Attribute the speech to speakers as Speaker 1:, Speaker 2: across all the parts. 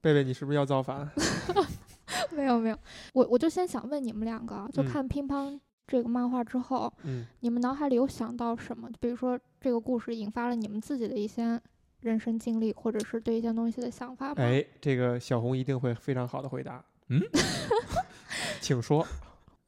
Speaker 1: 贝贝，你是不是要造 反？
Speaker 2: 没有没有，我我就先想问你们两个，啊就
Speaker 1: 嗯
Speaker 2: 看乒乓这个漫画之后，
Speaker 1: 嗯
Speaker 2: 你们脑海里有想到什么？就比如说这个故事引发了你们自己的一些人生经历，或者是对一些东西的想法吗？
Speaker 1: 哎，这个小红一定会非常好的回答。
Speaker 3: 嗯，
Speaker 1: 请说。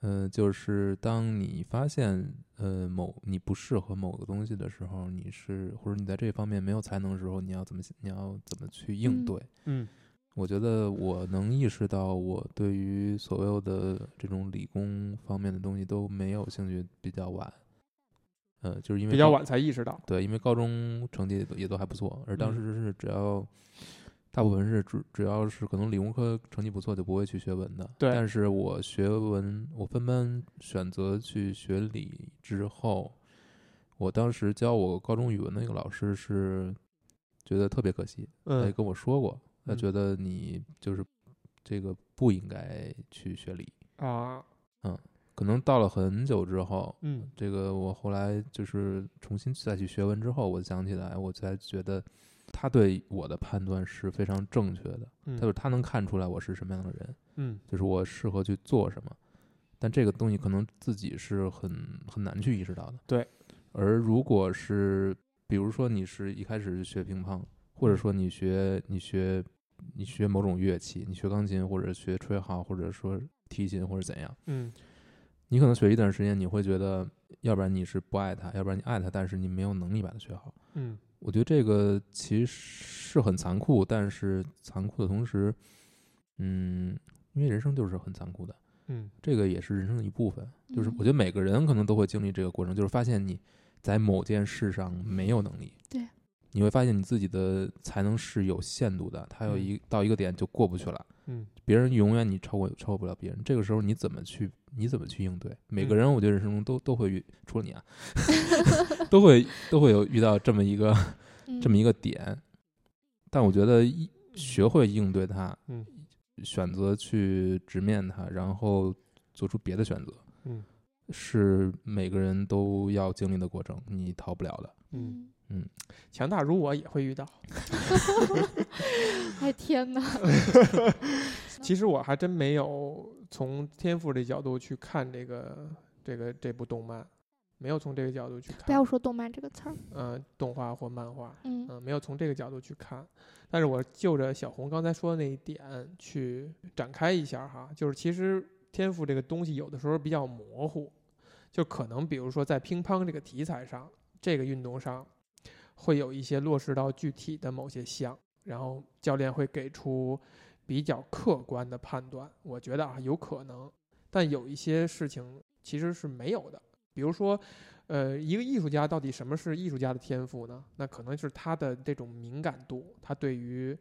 Speaker 3: 嗯、就是当你发现呃某你不适合某个东西的时候，你是或者你在这方面没有才能的时候，你要怎么你要怎么去应
Speaker 2: 嗯
Speaker 3: 对？
Speaker 1: 嗯
Speaker 3: 我觉得我能意识到，我对于所有的这种理工方面的东西都没有兴趣，比较晚。呃，就是因为
Speaker 1: 比较
Speaker 3: 高
Speaker 1: 晚才意识到。
Speaker 3: 对，因为高中成绩也都也都还不错，而
Speaker 1: 嗯
Speaker 3: 当时是只要大部分是只只要是可能理工科成绩不错就不会去学文的。
Speaker 1: 对
Speaker 3: 但是我学文，我分班选择去学理之后，我当时教我高中语文的一个老师是觉得特别可惜，他也
Speaker 1: 嗯
Speaker 3: 跟我说过，他
Speaker 1: 嗯
Speaker 3: 觉得你就是这个不应该去学理。
Speaker 1: 啊
Speaker 3: 可能到了很久之后，
Speaker 1: 嗯
Speaker 3: 这个我后来就是重新再去学文之后，我想起来，我才觉得他对我的判断是非常正确的。
Speaker 1: 嗯，
Speaker 3: 他就是他能看出来我是什么样的人，
Speaker 1: 嗯
Speaker 3: 就是我适合去做什么。但这个东西可能自己是很很难去意识到的。
Speaker 1: 对。
Speaker 3: 而如果是比如说你是一开始是学乒乓，
Speaker 1: 嗯
Speaker 3: 或者说你学你学你学某种乐器，你学钢琴或者学吹号，或者说提琴或者怎样，
Speaker 1: 嗯
Speaker 3: 你可能学一段时间，你会觉得，要不然你是不爱它，要不然你爱它，但是你没有能力把它学好。
Speaker 1: 嗯
Speaker 3: 我觉得这个其实是很残酷，但是残酷的同时，嗯，因为人生就是很残酷的，
Speaker 1: 嗯
Speaker 3: 这个也是人生的一部分。就是
Speaker 2: 嗯
Speaker 3: 我觉得每个人可能都会经历这个过程，就是发现你在某件事上没有能力，
Speaker 2: 对，
Speaker 3: 你会发现你自己的才能是有限度的，它有一到一个点就过不去了。
Speaker 1: 嗯
Speaker 3: 别人永远你超过超过不了别人，这个时候你怎么去你怎么去应对？每个
Speaker 1: 嗯
Speaker 3: 人我觉得人生中都都会遇，除了你啊， 都会都会有遇到这么一个
Speaker 2: 嗯
Speaker 3: 这么一个点，但我觉得一学会应对它，
Speaker 1: 嗯，
Speaker 3: 选择去直面它，然后做出别的选择，
Speaker 1: 嗯，
Speaker 3: 是每个人都要经历的过程，你逃不了的。
Speaker 1: 嗯，
Speaker 2: 嗯，
Speaker 1: 强大如我也会遇到。
Speaker 2: 哎天哪，
Speaker 1: 其实我还真没有从天赋这角度去看这个这个这部动漫，没有从这个角度去
Speaker 2: 嗯不
Speaker 1: 看
Speaker 2: 要，说动漫这个词儿，
Speaker 1: 呃，动画或漫画，
Speaker 2: 嗯
Speaker 1: 嗯、没有从这个角度去看。但是我就着小红刚才说的那一点去展开一下哈，就是其实天赋这个东西有的时候比较模糊，就可能比如说在乒乓这个题材上，这个运动上会有一些落实到具体的某些项，然后教练会给出比较客观的判断。我觉得啊，有可能，但有一些事情其实是没有的，比如说呃，一个艺术家到底什么是艺术家的天赋呢？那可能是他的这种敏感度，他对于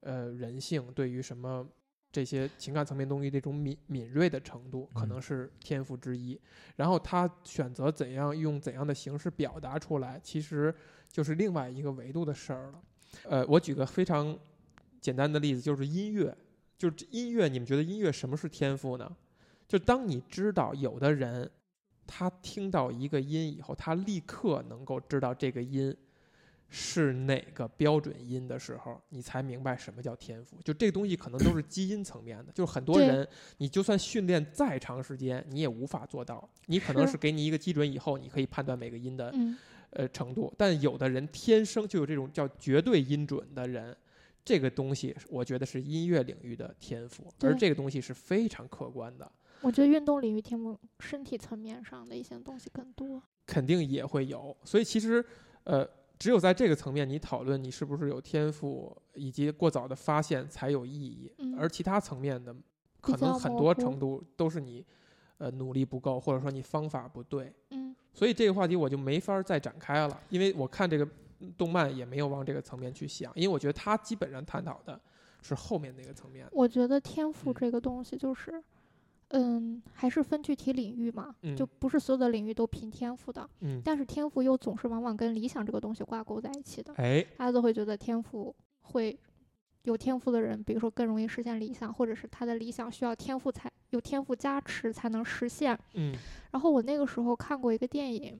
Speaker 1: 呃人性，对于什么这些情感层面东西这种敏敏锐的程度，可
Speaker 3: 嗯
Speaker 1: 能是天赋之一。然后他选择怎样用怎样的形式表达出来，其实就是另外一个维度的事儿了。呃，我举个非常简单的例子，就是音乐，就是音乐，你们觉得音乐什么是天赋呢？就当你知道有的人他听到一个音以后，他立刻能够知道这个音是哪个标准音的时候，你才明白什么叫天赋。就这个东西可能都是基因层面的，就是很多
Speaker 2: 对
Speaker 1: 人你就算训练再长时间，你也无法做到。你可能
Speaker 2: 是
Speaker 1: 是给你一个基准以后，你可以判断每个音的
Speaker 2: 嗯
Speaker 1: 呃程度，但有的人天生就有这种叫绝对音准的人，这个东西我觉得是音乐领域的天赋，而
Speaker 2: 对
Speaker 1: 这个东西是非常客观的。
Speaker 2: 我觉得运动领域天赋身体层面上的一些东西更多，
Speaker 1: 肯定也会有。所以其实，呃，只有在这个层面，你讨论你是不是有天赋，以及过早的发现才有意义。
Speaker 2: 嗯
Speaker 1: 而其他层面的，
Speaker 2: 比
Speaker 1: 可能
Speaker 2: 较
Speaker 1: 很
Speaker 2: 模
Speaker 1: 多
Speaker 2: 糊
Speaker 1: 程度都是你，呃，努力不够，或者说你方法不对。
Speaker 2: 嗯
Speaker 1: 所以这个话题我就没法儿再展开了，因为我看这个嗯动漫也没有往这个层面去想，因为我觉得它基本上探讨的是后面那个层面。
Speaker 2: 我觉得天赋
Speaker 1: 嗯
Speaker 2: 这个东西就是，嗯，还是分具体领域嘛，
Speaker 1: 嗯
Speaker 2: 就不是所有的领域都凭天赋的，
Speaker 1: 嗯，
Speaker 2: 但是天赋又总是往往跟理想这个东西挂钩在一起的，
Speaker 1: 哎，
Speaker 2: 大家都会觉得天赋会有天赋的人，比如说更容易实现理想，或者是他的理想需要天赋才有天赋加持才能实现。
Speaker 1: 嗯
Speaker 2: 然后我那个时候看过一个电影，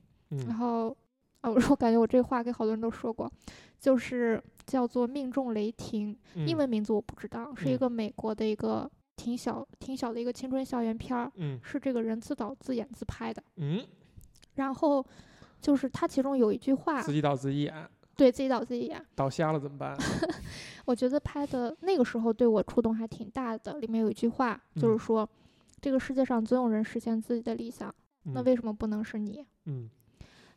Speaker 1: 嗯
Speaker 2: 然哦 后啊，我说我感觉我这话给好多人都说过，就是叫做《命中雷霆》，英文名字我不知道，是一
Speaker 1: 嗯
Speaker 2: 个美国的一个挺小挺小的一个青春校园片儿，
Speaker 1: 嗯
Speaker 2: 是这个人自导自演自拍的。
Speaker 1: 嗯，
Speaker 2: 然后就是他其中有一句话，
Speaker 1: 自己导自己演，
Speaker 2: 对自己导自己演，
Speaker 1: 导瞎了怎么办？
Speaker 2: 我觉得拍的那个时候对我触动还挺大的。里面有一句话，就
Speaker 1: 嗯
Speaker 2: 是说，这个世界上总有人实现自己的理想，那
Speaker 1: 嗯
Speaker 2: 为什么不能是你？
Speaker 1: 嗯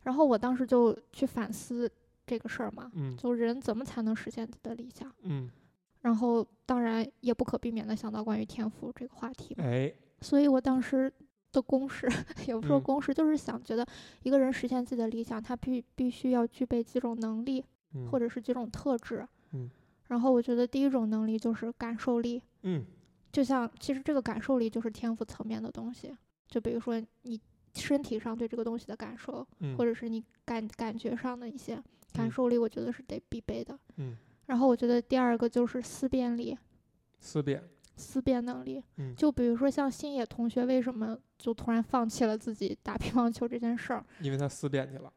Speaker 2: 然后我当时就去反思这个事儿嘛，
Speaker 1: 嗯
Speaker 2: 就人怎么才能实现自己的理想？
Speaker 1: 嗯，
Speaker 2: 然后当然也不可避免的想到关于天赋这个话题嘛，
Speaker 1: 哎，
Speaker 2: 所以我当时的公式 也不是说
Speaker 1: 嗯
Speaker 2: 公式，就是想觉得一个人实现自己的理想，他必必须要具备几种能力，
Speaker 1: 嗯
Speaker 2: 或者是几种特质。
Speaker 1: 嗯
Speaker 2: 然后我觉得第一种能力就是感受力，
Speaker 1: 嗯
Speaker 2: 就像其实这个感受力就是天赋层面的东西，就比如说你身体上对这个东西的感受，
Speaker 1: 嗯，
Speaker 2: 或者是你感感觉上的一些
Speaker 1: 嗯
Speaker 2: 感受力，我觉得是得必备的。
Speaker 1: 嗯。
Speaker 2: 然后我觉得第二个就是思辨力，
Speaker 1: 思辨，
Speaker 2: 思辨能力。
Speaker 1: 嗯
Speaker 2: 就比如说像星野同学，为什么就突然放弃了自己打乒乓球这件事儿？
Speaker 1: 因为他思辨去了，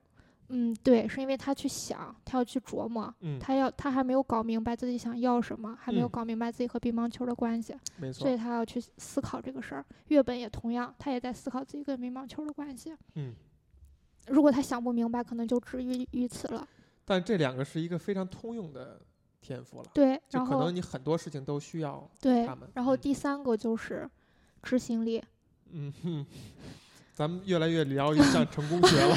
Speaker 2: 嗯，对，是因为他去想，他要去琢磨，
Speaker 1: 嗯，
Speaker 2: 他要他还没有搞明白自己想要什么，还没有
Speaker 1: 嗯
Speaker 2: 搞明白自己和乒乓球的关系，
Speaker 1: 没
Speaker 2: 所
Speaker 1: 错，
Speaker 2: 以他要去思考这个事儿。月本也同样，他也在思考自己跟乒乓球的关系。
Speaker 1: 嗯。
Speaker 2: 如果他想不明白，可能就止于于此了。
Speaker 1: 但这两个是一个非常通用的天赋了，
Speaker 2: 对，
Speaker 1: 就
Speaker 2: 然
Speaker 1: 可
Speaker 2: 后
Speaker 1: 能你很多事情都需要
Speaker 2: 对
Speaker 1: 他，们，
Speaker 2: 然后
Speaker 1: 嗯
Speaker 2: 第三个就是执 行力。
Speaker 1: 嗯哼，咱们越来越聊像成功学了，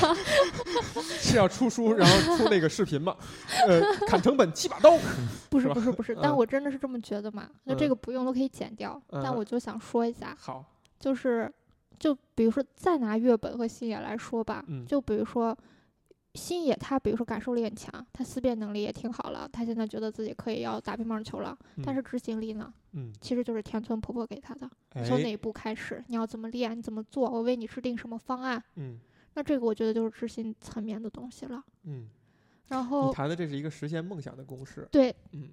Speaker 1: 是要出书，然后出那个视频嘛？呃，砍成本七把 刀。
Speaker 2: 不
Speaker 1: 是
Speaker 2: 是
Speaker 1: 吧
Speaker 2: 不是 不是，但
Speaker 1: 嗯
Speaker 2: 我真的是这么觉得嘛。那
Speaker 1: 嗯
Speaker 2: 这个不用都可以剪掉，但
Speaker 1: 嗯
Speaker 2: 我就想说一下，
Speaker 1: 好，
Speaker 2: 就是就比如说再拿月本和星野来说吧，
Speaker 1: 嗯
Speaker 2: 就比如说星野他比如说感受力很强，他思辨能力也挺好了，他现在觉得自己可以要打乒乓球了，但
Speaker 1: 嗯
Speaker 2: 是执行力呢，
Speaker 1: 嗯，
Speaker 2: 其实就是田村婆婆给他的，从哪
Speaker 1: 哎，
Speaker 2: 一步开始，你要怎么练，你怎么做，我为你制定什么方案，
Speaker 1: 嗯
Speaker 2: 那这个我觉得就是执行层面的东西了。
Speaker 1: 嗯，
Speaker 2: 然
Speaker 1: 你
Speaker 2: 后
Speaker 1: 谈的这是一个实现梦想的公式，
Speaker 2: 对，
Speaker 1: 嗯，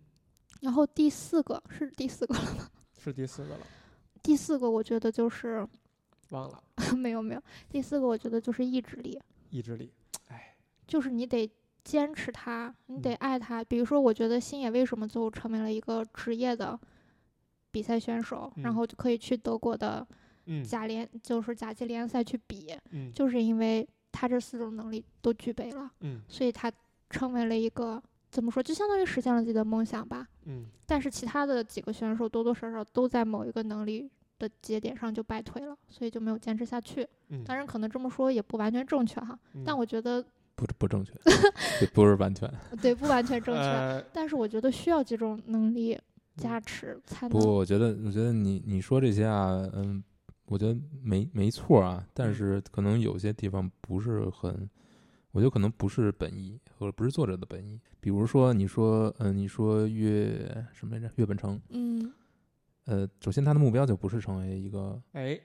Speaker 2: 然后第四个是第四个了吗？
Speaker 1: 是第四个了，
Speaker 2: 第四个我觉得就是
Speaker 1: 忘了
Speaker 2: 没有没有，第四个我觉得就是意志力，
Speaker 1: 意志力。
Speaker 2: 就是你得坚持它，你
Speaker 1: 嗯
Speaker 2: 得爱它。比如说，我觉得星野为什么最后成为了一个职业的比赛选手，
Speaker 1: 嗯
Speaker 2: 然后就可以去德国的
Speaker 1: 嗯
Speaker 2: 甲联，就是甲级联赛去比，
Speaker 1: 嗯
Speaker 2: 就是因为他这四种能力都具备了，
Speaker 1: 嗯
Speaker 2: 所以他成为了一个怎么说，就相当于实现了自己的梦想吧。
Speaker 1: 嗯
Speaker 2: 但是其他的几个选手多多少少都在某一个能力的节点上就败退了，所以就没有坚持下去。
Speaker 1: 嗯，
Speaker 2: 当然，可能这么说也不完全正确哈，
Speaker 1: 嗯，
Speaker 2: 但我觉得
Speaker 3: 不不正确，也不是完全。
Speaker 2: 对不完全正确，
Speaker 1: 呃
Speaker 2: 但是我觉得需要几种能力加
Speaker 1: 嗯
Speaker 2: 持才
Speaker 3: 不，
Speaker 2: 能。
Speaker 3: 我觉得，我觉得你你说这些啊，嗯，我觉得没没错啊，但
Speaker 1: 嗯
Speaker 3: 是可能有些地方不是很，我觉得可能不是本意，或者不是作者的本意。比如说，你说，嗯、你说岳什么来着？岳本成，
Speaker 2: 嗯，
Speaker 3: 呃，首先他的目标就不是成为一个
Speaker 1: 哎，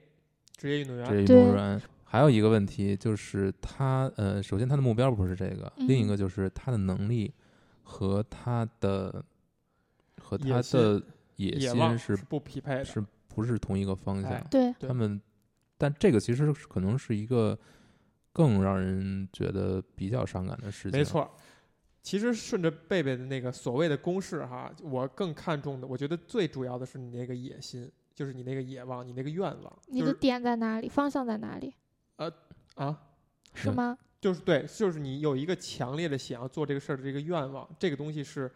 Speaker 1: 职业运动员，
Speaker 3: 职业运
Speaker 2: 对
Speaker 3: 动员。还有一个问题就是他，呃，首先他的目标不是这个，另一
Speaker 2: 嗯
Speaker 3: 个就是他的能力和他的和
Speaker 1: 野
Speaker 3: 他
Speaker 1: 心
Speaker 3: 的野
Speaker 1: 野望
Speaker 3: 心是
Speaker 1: 不匹配的，
Speaker 3: 是不是同一个方向？
Speaker 1: 哎
Speaker 2: 对，
Speaker 1: 对
Speaker 3: 他们，但这个其实是可能是一个更让人觉得比较伤感的事情。
Speaker 1: 没，错儿，其实顺着贝贝的那个所谓的公式哈，我更看重的，我觉得最主要的是你那个野心，就是你那个野望，你那个愿望，
Speaker 2: 你
Speaker 1: 就
Speaker 2: 的
Speaker 1: 是
Speaker 2: 点在哪里？方向在哪里？
Speaker 1: 啊，
Speaker 2: 是
Speaker 3: 嗯
Speaker 2: 吗？
Speaker 1: 就是对，就是你有一个强烈的想要做这个事儿的这个愿望，这个东西是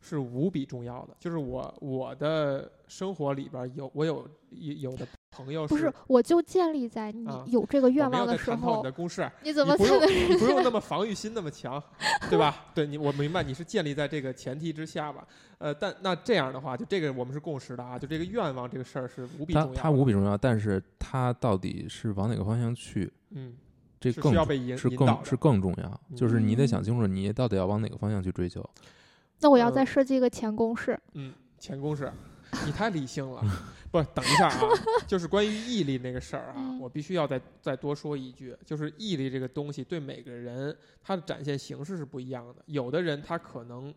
Speaker 1: 是无比重要的。就是我我的生活里边儿有我有有有的朋友
Speaker 2: 不
Speaker 1: 是
Speaker 2: 是，我就建立在你
Speaker 1: 啊
Speaker 2: 有这个
Speaker 1: 我
Speaker 2: 愿
Speaker 1: 没有
Speaker 2: 望
Speaker 1: 在
Speaker 2: 的时
Speaker 1: 探讨你
Speaker 2: 候
Speaker 1: 的，公式，
Speaker 2: 你怎么
Speaker 1: 你不
Speaker 2: 才
Speaker 1: 用
Speaker 2: 能？
Speaker 1: 你不用那么防御心那么强，对吧？对你，我明白你是建立在这个前提之下吧。呃，但那这样的话，就这个我们是共识的啊，就这个愿望这个事儿是无比
Speaker 3: 他
Speaker 1: 重要
Speaker 3: 他
Speaker 1: 的
Speaker 3: 无比重要，但是他到底是往哪个方向去，
Speaker 1: 嗯，
Speaker 3: 这
Speaker 1: 是
Speaker 3: 更
Speaker 1: 需要被引
Speaker 3: 是
Speaker 1: 引导
Speaker 3: 更
Speaker 1: 的
Speaker 3: 是更重要。就是你得
Speaker 2: 嗯
Speaker 3: 想清楚，你到底要往哪个方向去追求。
Speaker 2: 那我
Speaker 1: 呃
Speaker 2: 要再设计一个前公式。
Speaker 1: 嗯，前公 式，你太理性了。不，等一下啊，就是关于毅力那个事儿啊
Speaker 2: 嗯，
Speaker 1: 我必须要再再多说一句，就是毅力这个东西对每个人他的展现形式是不一样的。有的人他可能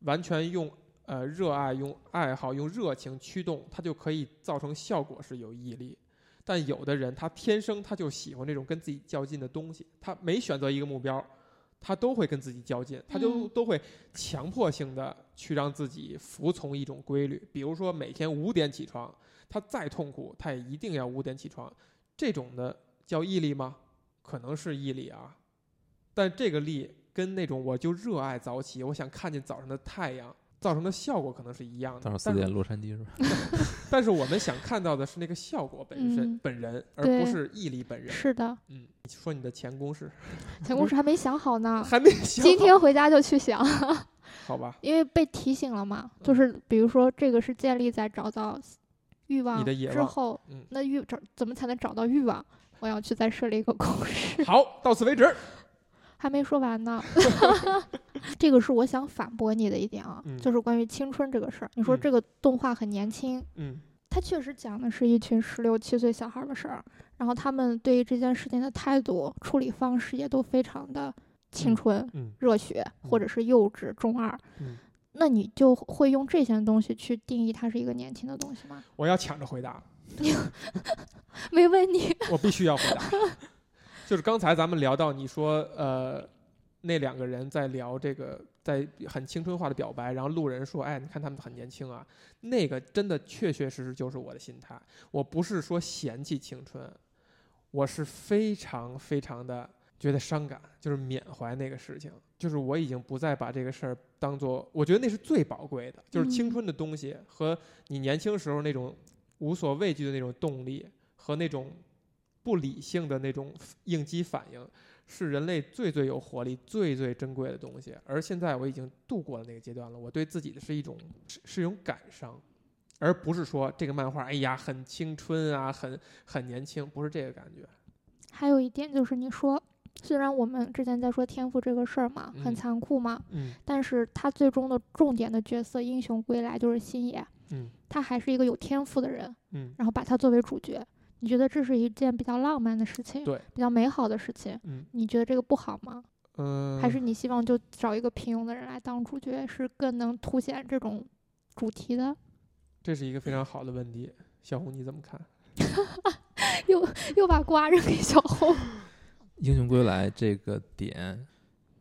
Speaker 1: 完全用呃热爱、用爱好、用热情驱动，他就可以造成效果是有毅力。但有的人他天生他就喜欢这种跟自己较劲的东西，他每选择一个目标，他都会跟自己较劲，他就
Speaker 2: 嗯
Speaker 1: 都会强迫性的去让自己服从一种规律，比如说每天五点起床，他再痛苦，他也一定要五点起床，这种的叫毅力吗？可能是毅力啊，但这个力跟那种我就热爱早起，我想看见早上的太阳造成的效果可能是一样的，
Speaker 3: 早上四
Speaker 1: 但是
Speaker 3: 点，洛杉矶是吧？
Speaker 1: 但是我们想看到的是那个效果本身、
Speaker 2: 嗯
Speaker 1: 本人，而
Speaker 2: 对
Speaker 1: 不是毅力本人。
Speaker 2: 是的，
Speaker 1: 嗯，你说你的前公式
Speaker 2: 前公式还没想好呢，
Speaker 1: 还没想好
Speaker 2: 今天回家就去想。
Speaker 1: 好吧？
Speaker 2: 因为被提醒了嘛，就
Speaker 1: 嗯
Speaker 2: 是比如说这个是建立在找到欲望
Speaker 1: 的野
Speaker 2: 之
Speaker 1: 望
Speaker 2: 后，
Speaker 1: 嗯
Speaker 2: 那欲找怎么才能找到欲望？我要去再设立一个公式，
Speaker 1: 好，到此为止。
Speaker 2: 还没说完 呢。这个是我想反驳你的一点啊，
Speaker 1: 嗯
Speaker 2: 就是关于青春这个事儿。你说
Speaker 1: 嗯
Speaker 2: 这个动画很年轻，
Speaker 1: 嗯
Speaker 2: 它确实讲的是一群十六七岁小孩儿的事儿，然后他们对于这件事情的态度、处理方式也都非常的青春，
Speaker 1: 嗯
Speaker 2: 热血或者是幼稚中二，
Speaker 1: 嗯
Speaker 2: 那你就会用这些东西去定义它是一个年轻的东西吗？
Speaker 1: 我要抢着回答，
Speaker 2: 没问你，
Speaker 1: 我必须要回答。 就是刚才咱们聊到你说，呃，那两个人在聊这个，在很青春化的表白，然后路人说：“哎，你看他们很年轻啊。”那个真的确确实实就是我的心态。我不是说嫌弃青春，我是非常非常的觉得伤感，就是缅怀那个事情。就是我已经不再把这个事儿当做，我觉得那是最宝贵的，就是青
Speaker 2: 嗯
Speaker 1: 春的东西和你年轻时候那种无所畏惧的那种动力和那种不理性的那种应激反应，是人类最最有活力、最最珍贵的东西。而现在我已经度过了那个阶段了，我对自己的是一种是是一种感伤，而不是说这个漫画，哎呀，很青春啊，很很年轻，不是这个感觉。
Speaker 2: 还有一点就是你说，虽然我们之前在说天赋这个事儿嘛，很
Speaker 1: 嗯
Speaker 2: 残酷嘛，
Speaker 1: 嗯
Speaker 2: 但是他最终的重点的角色英雄归来就是星野，
Speaker 1: 嗯
Speaker 2: 他还是一个有天赋的人，
Speaker 1: 嗯
Speaker 2: 然后把他作为主角，你觉得这是一件比较浪漫的事情，
Speaker 1: 对
Speaker 2: 比较美好的事情，
Speaker 1: 嗯
Speaker 2: 你觉得这个不好吗？
Speaker 1: 嗯，
Speaker 2: 还是你希望就找一个平庸的人来当主角，是更能凸显这种主题的？
Speaker 1: 这是一个非常好的问题，小红你怎么看？
Speaker 2: 又又把瓜扔给小红，
Speaker 3: 英雄归来这个点，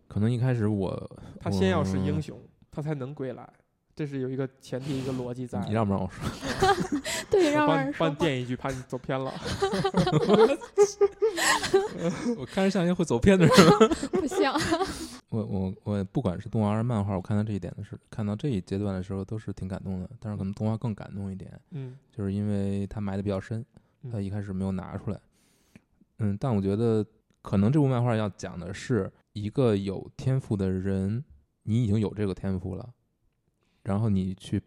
Speaker 3: 可能一开始我
Speaker 1: 他先要是英
Speaker 3: 嗯
Speaker 1: 雄，他才能归来，这是有一个前提一个逻辑在的。
Speaker 3: 你让不让我 说？
Speaker 2: 对，
Speaker 1: 我
Speaker 2: 让
Speaker 1: 帮
Speaker 2: 人
Speaker 1: 帮
Speaker 2: 说
Speaker 1: 你垫一句，怕你走偏了。
Speaker 3: 我看着像一个会走偏的人。
Speaker 2: 不像。
Speaker 3: 我我我，不管是动画还是漫画，我看到这一点的是，看到这一阶段的时候都是挺感动的。但是可能动画更感动一点，
Speaker 1: 嗯
Speaker 3: 就是因为它埋的比较深，它
Speaker 1: 嗯
Speaker 3: 一开始没有拿出来。嗯，但我觉得可能这部漫画要讲的是一个有天赋的人，你已经有这个天赋了，然后你去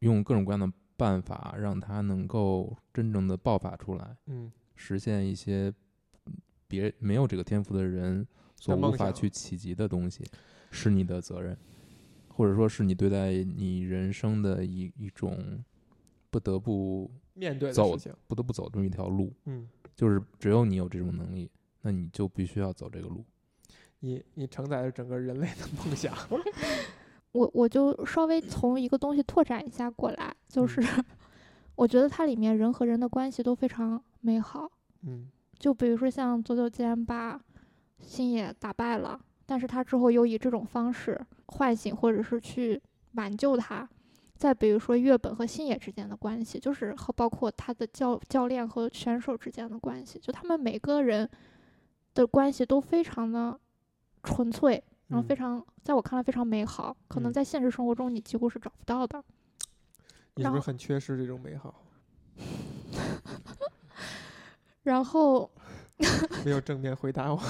Speaker 3: 用各种各样的办法让他能够真正的爆发出来。
Speaker 1: 嗯
Speaker 3: 实现一些别没有这个天赋的人所
Speaker 1: 的
Speaker 3: 无
Speaker 1: 梦
Speaker 3: 法
Speaker 1: 想
Speaker 3: 去企及的东西，是你的责任，或者说是你对待你人生的一一种不得不
Speaker 1: 面对的
Speaker 3: 走
Speaker 1: 事情，
Speaker 3: 不得不走这么一条路，
Speaker 1: 嗯，
Speaker 3: 就是只有你有这种能力，那你就必须要走这个路。
Speaker 1: 你你承载着整个人类的梦想。
Speaker 2: 我我就稍微从一个东西拓展一下过来，
Speaker 1: 嗯
Speaker 2: 就是、 我觉得它里面人和人的关系都非常美好。
Speaker 1: 嗯
Speaker 2: 就比如说像佐久间把星野打败了，但是他之后又以这种方式唤醒或者是去挽救他。再比如说月本和星野之间的关系，就是和包括他的教教练和选手之间的关系，就他们每个人的关系都非常的纯粹，然后非
Speaker 1: 嗯
Speaker 2: 常、在我看来非常美好，可能
Speaker 1: 嗯
Speaker 2: 在现实生活中你几乎是找不到的。
Speaker 1: 你是
Speaker 2: 然
Speaker 1: 不是
Speaker 2: 后
Speaker 1: 很缺失这种美好？
Speaker 2: 然后
Speaker 1: 没有正面回答我。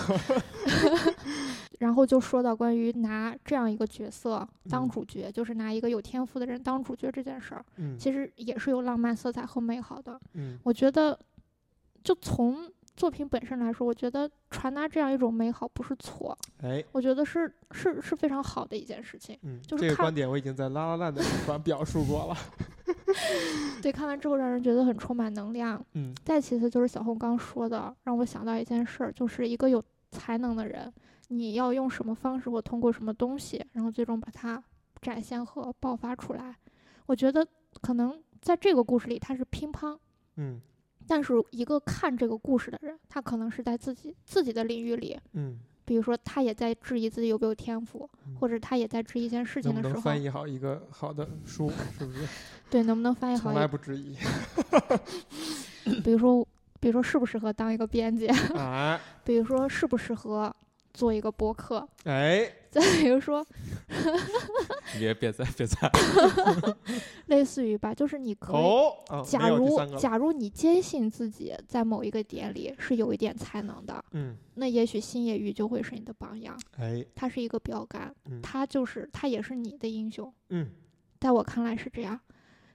Speaker 2: 然后就说到关于拿这样一个角色当
Speaker 1: 嗯
Speaker 2: 主角，就是拿一个有天赋的人当主角这件事儿，
Speaker 1: 嗯
Speaker 2: 其实也是有浪漫色彩和美好的。
Speaker 1: 嗯
Speaker 2: 我觉得，就从作品本身来说，我觉得传达这样一种美好不是错，
Speaker 1: 哎。
Speaker 2: 我觉得是是是非常好的一件事情。
Speaker 1: 嗯，
Speaker 2: 就是
Speaker 1: 这个
Speaker 2: 看
Speaker 1: 观点我已经在《拉拉烂》的地方表述过了。
Speaker 2: 对，看完之后让人觉得很充满能量。
Speaker 1: 嗯
Speaker 2: 再其次就是小红刚说的，让我想到一件事儿，就是一个有才能的人，你要用什么方式或通过什么东西，然后最终把它展现和爆发出来。我觉得可能在这个故事里，它是乒乓，
Speaker 1: 嗯
Speaker 2: 但是一个看这个故事的人，他可能是在自己自己的领域里
Speaker 1: 嗯
Speaker 2: 比如说他也在质疑自己有没有天赋，或者他也在质疑一件事情
Speaker 1: 能不
Speaker 2: 的时
Speaker 1: 能
Speaker 2: 候，
Speaker 1: 翻译好一个好的书，是不是？
Speaker 2: 对能不能翻译好
Speaker 1: 从
Speaker 2: 一？
Speaker 1: 来不质 疑
Speaker 2: 比如说，比如说适不适合当一个编辑，
Speaker 1: 啊！
Speaker 2: 比如说适不适合做一个播客，
Speaker 1: 哎，
Speaker 2: 再比如说
Speaker 3: 你别别再别再，
Speaker 2: 类似于吧，就是你可以。
Speaker 1: 哦，啊
Speaker 2: 假
Speaker 1: 没有第
Speaker 2: 如
Speaker 1: 三个了
Speaker 2: 假如你坚信自己在某一个点里是有一点才能的，
Speaker 1: 嗯，
Speaker 2: 那也许星野玉就会是你的榜样，
Speaker 1: 哎，
Speaker 2: 他是一个标杆，
Speaker 1: 嗯
Speaker 2: 他就是他也是你的英雄，
Speaker 1: 嗯，
Speaker 2: 在我看来是这样。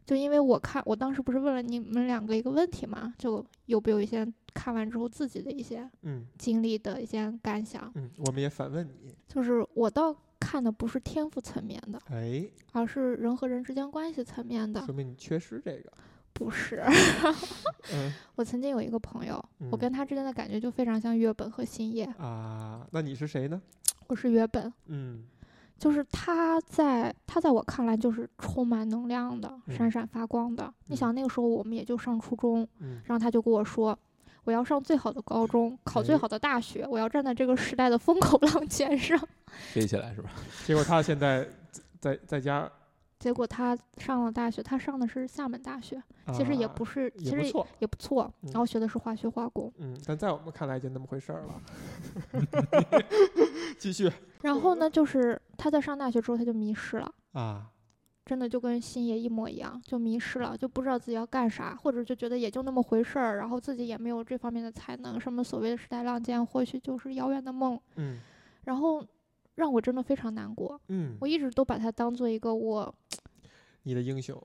Speaker 2: 就因为我看，我当时不是问了你们两个一个问题嘛，就有没有一些看完之后自己的一些
Speaker 1: 嗯
Speaker 2: 经历的一些感想？
Speaker 1: 嗯，我们也反问你，
Speaker 2: 就是我倒看的不是天赋层面的，
Speaker 1: 哎，
Speaker 2: 而是人和人之间关系层面的
Speaker 1: 说。明你缺失这个，
Speaker 2: 不是，
Speaker 1: 嗯
Speaker 2: 我曾经有一个朋友，
Speaker 1: 嗯
Speaker 2: 我跟他之间的感觉就非常像月本和星野。
Speaker 1: 啊，那你是谁呢？
Speaker 2: 我是月本，
Speaker 1: 嗯
Speaker 2: 就是他在他在我看来就是充满能量的，
Speaker 1: 嗯
Speaker 2: 闪闪发光的。你想那个时候我们也就上初中，
Speaker 1: 嗯，
Speaker 2: 然后他就跟我说。我要上最好的高中，考最
Speaker 1: 哎
Speaker 2: 好的大学，我要站在这个时代的风口 浪尖上。
Speaker 3: 飞起来是 吧？
Speaker 1: 结果他现在在在家，
Speaker 2: 结果他上了大学，他上的是厦门大学，其实也
Speaker 1: 啊
Speaker 2: 不是，其
Speaker 1: 也不
Speaker 2: 实
Speaker 1: 错，
Speaker 2: 也不错。然
Speaker 1: 嗯
Speaker 2: 后学的是化学化工。
Speaker 1: 嗯，但在我们看来就那么回事儿 了。继续
Speaker 2: 然后
Speaker 1: 呃
Speaker 2: 呢，就是他在上大学之后他就迷失了，
Speaker 1: 啊，
Speaker 2: 真的就跟星爷一模一样，就迷失了，就不知道自己要干啥，或者就觉得也就那么回事儿，然后自己也没有这方面的才能，什么所谓的时代浪尖，或许就是遥远的梦。
Speaker 1: 嗯
Speaker 2: 然后让我真的非常难过，
Speaker 1: 嗯
Speaker 2: 我，一直都把他当做一个我
Speaker 1: 你的英雄，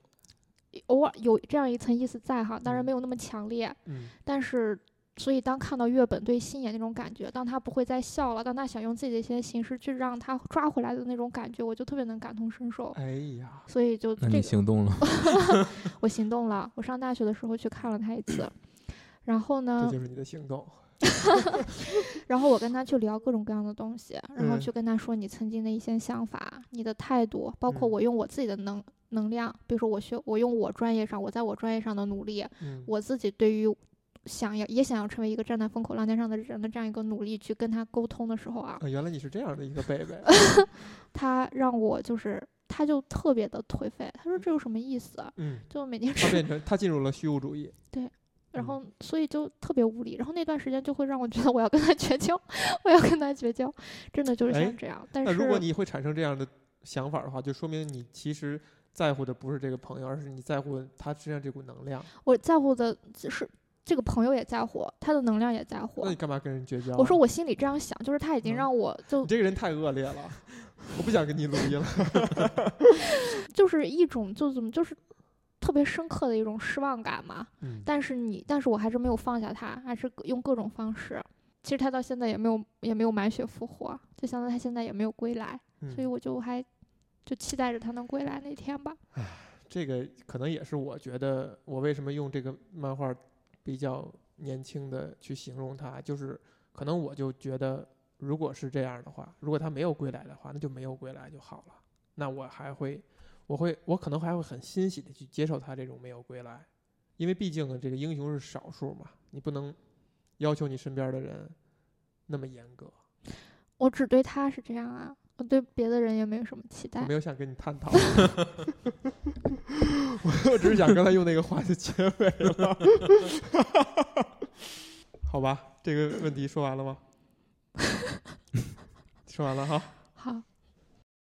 Speaker 2: 偶尔有这样一层意思在哈，当然
Speaker 1: 嗯
Speaker 2: 没有那么强烈，
Speaker 1: 嗯
Speaker 2: 但是。所以，当看到月本对星野那种感觉，当他不会再笑了，当他想用自己的一些形式去让他抓回来的那种感觉，我就特别能感同身受。
Speaker 1: 哎呀，
Speaker 2: 所以就
Speaker 3: 那
Speaker 2: 这
Speaker 3: 你
Speaker 2: 个
Speaker 3: 行动了，
Speaker 2: 我行动了。我上大学的时候去看了他一次，然后
Speaker 1: 嗯这
Speaker 2: 呢，
Speaker 1: 就是你的行动，
Speaker 2: 然后我跟他去聊各种各样的东西，然后
Speaker 1: 嗯
Speaker 2: 去跟他说你曾经的一些想法、你的态度，包括
Speaker 1: 嗯
Speaker 2: 我用我自己的能能量，比如说我学我用我专业上我在我专业上的努力，
Speaker 1: 嗯，
Speaker 2: 我自己对于。想要也想要成为一个站在风口浪尖上的人的这样一个努力，去跟他沟通的时候啊，
Speaker 1: 啊，原来你是这样的 一个贝贝，
Speaker 2: 他让我就是，他就特别的颓废。他说这有什么意思啊？
Speaker 1: 嗯，
Speaker 2: 就每天
Speaker 1: 他
Speaker 2: 吃
Speaker 1: 变成他进入了虚无主义，嗯
Speaker 2: 然后所以就特别无理，然后那段时间就会让我觉得我要跟他绝交， 我要跟他绝交，真的就是
Speaker 1: 哎
Speaker 2: 像这样。但
Speaker 1: 那
Speaker 2: 是
Speaker 1: 如果你会产生这样的想法的话，就说明你其实在乎的不是这个朋友，而是你在乎他身上这股能量。
Speaker 2: 我在乎的是这个朋友也在乎，他的能量也在乎
Speaker 1: 那。你干嘛跟人绝交啊？
Speaker 2: 我说我心里这样想，就是他已经
Speaker 1: 嗯
Speaker 2: 让我就
Speaker 1: 你这个人太恶劣 了，我不想跟你录音了。
Speaker 2: 就是一种就怎么就是特别深刻的一种失望感嘛。
Speaker 1: 嗯，
Speaker 2: 但是你，但是我还是没有放下他，还是用各种方式。其实他到现在也没有也没有满血复活，就相当于他现在也没有归来，所以
Speaker 1: 嗯
Speaker 2: 我就还就期待着他能归来那天吧。
Speaker 1: 这个可能也是我觉得我为什么用这个漫画比较年轻的去形容他，就是可能我就觉得，如果是这样的话，如果他没有归来的话，那就没有归来就好了。那我还会，我会，我可能还会很欣喜的去接受他这种没有归来，因为毕竟呢，这个英雄是少数嘛，你不能要求你身边的人那么严格。
Speaker 2: 我只对他是这样啊，我对别的人也没有什么期
Speaker 1: 我
Speaker 2: 待
Speaker 1: 没。有想跟你探讨，我我只是想刚才用那个话就结尾了， 好吧？这个问题说完了吗？说完了哈，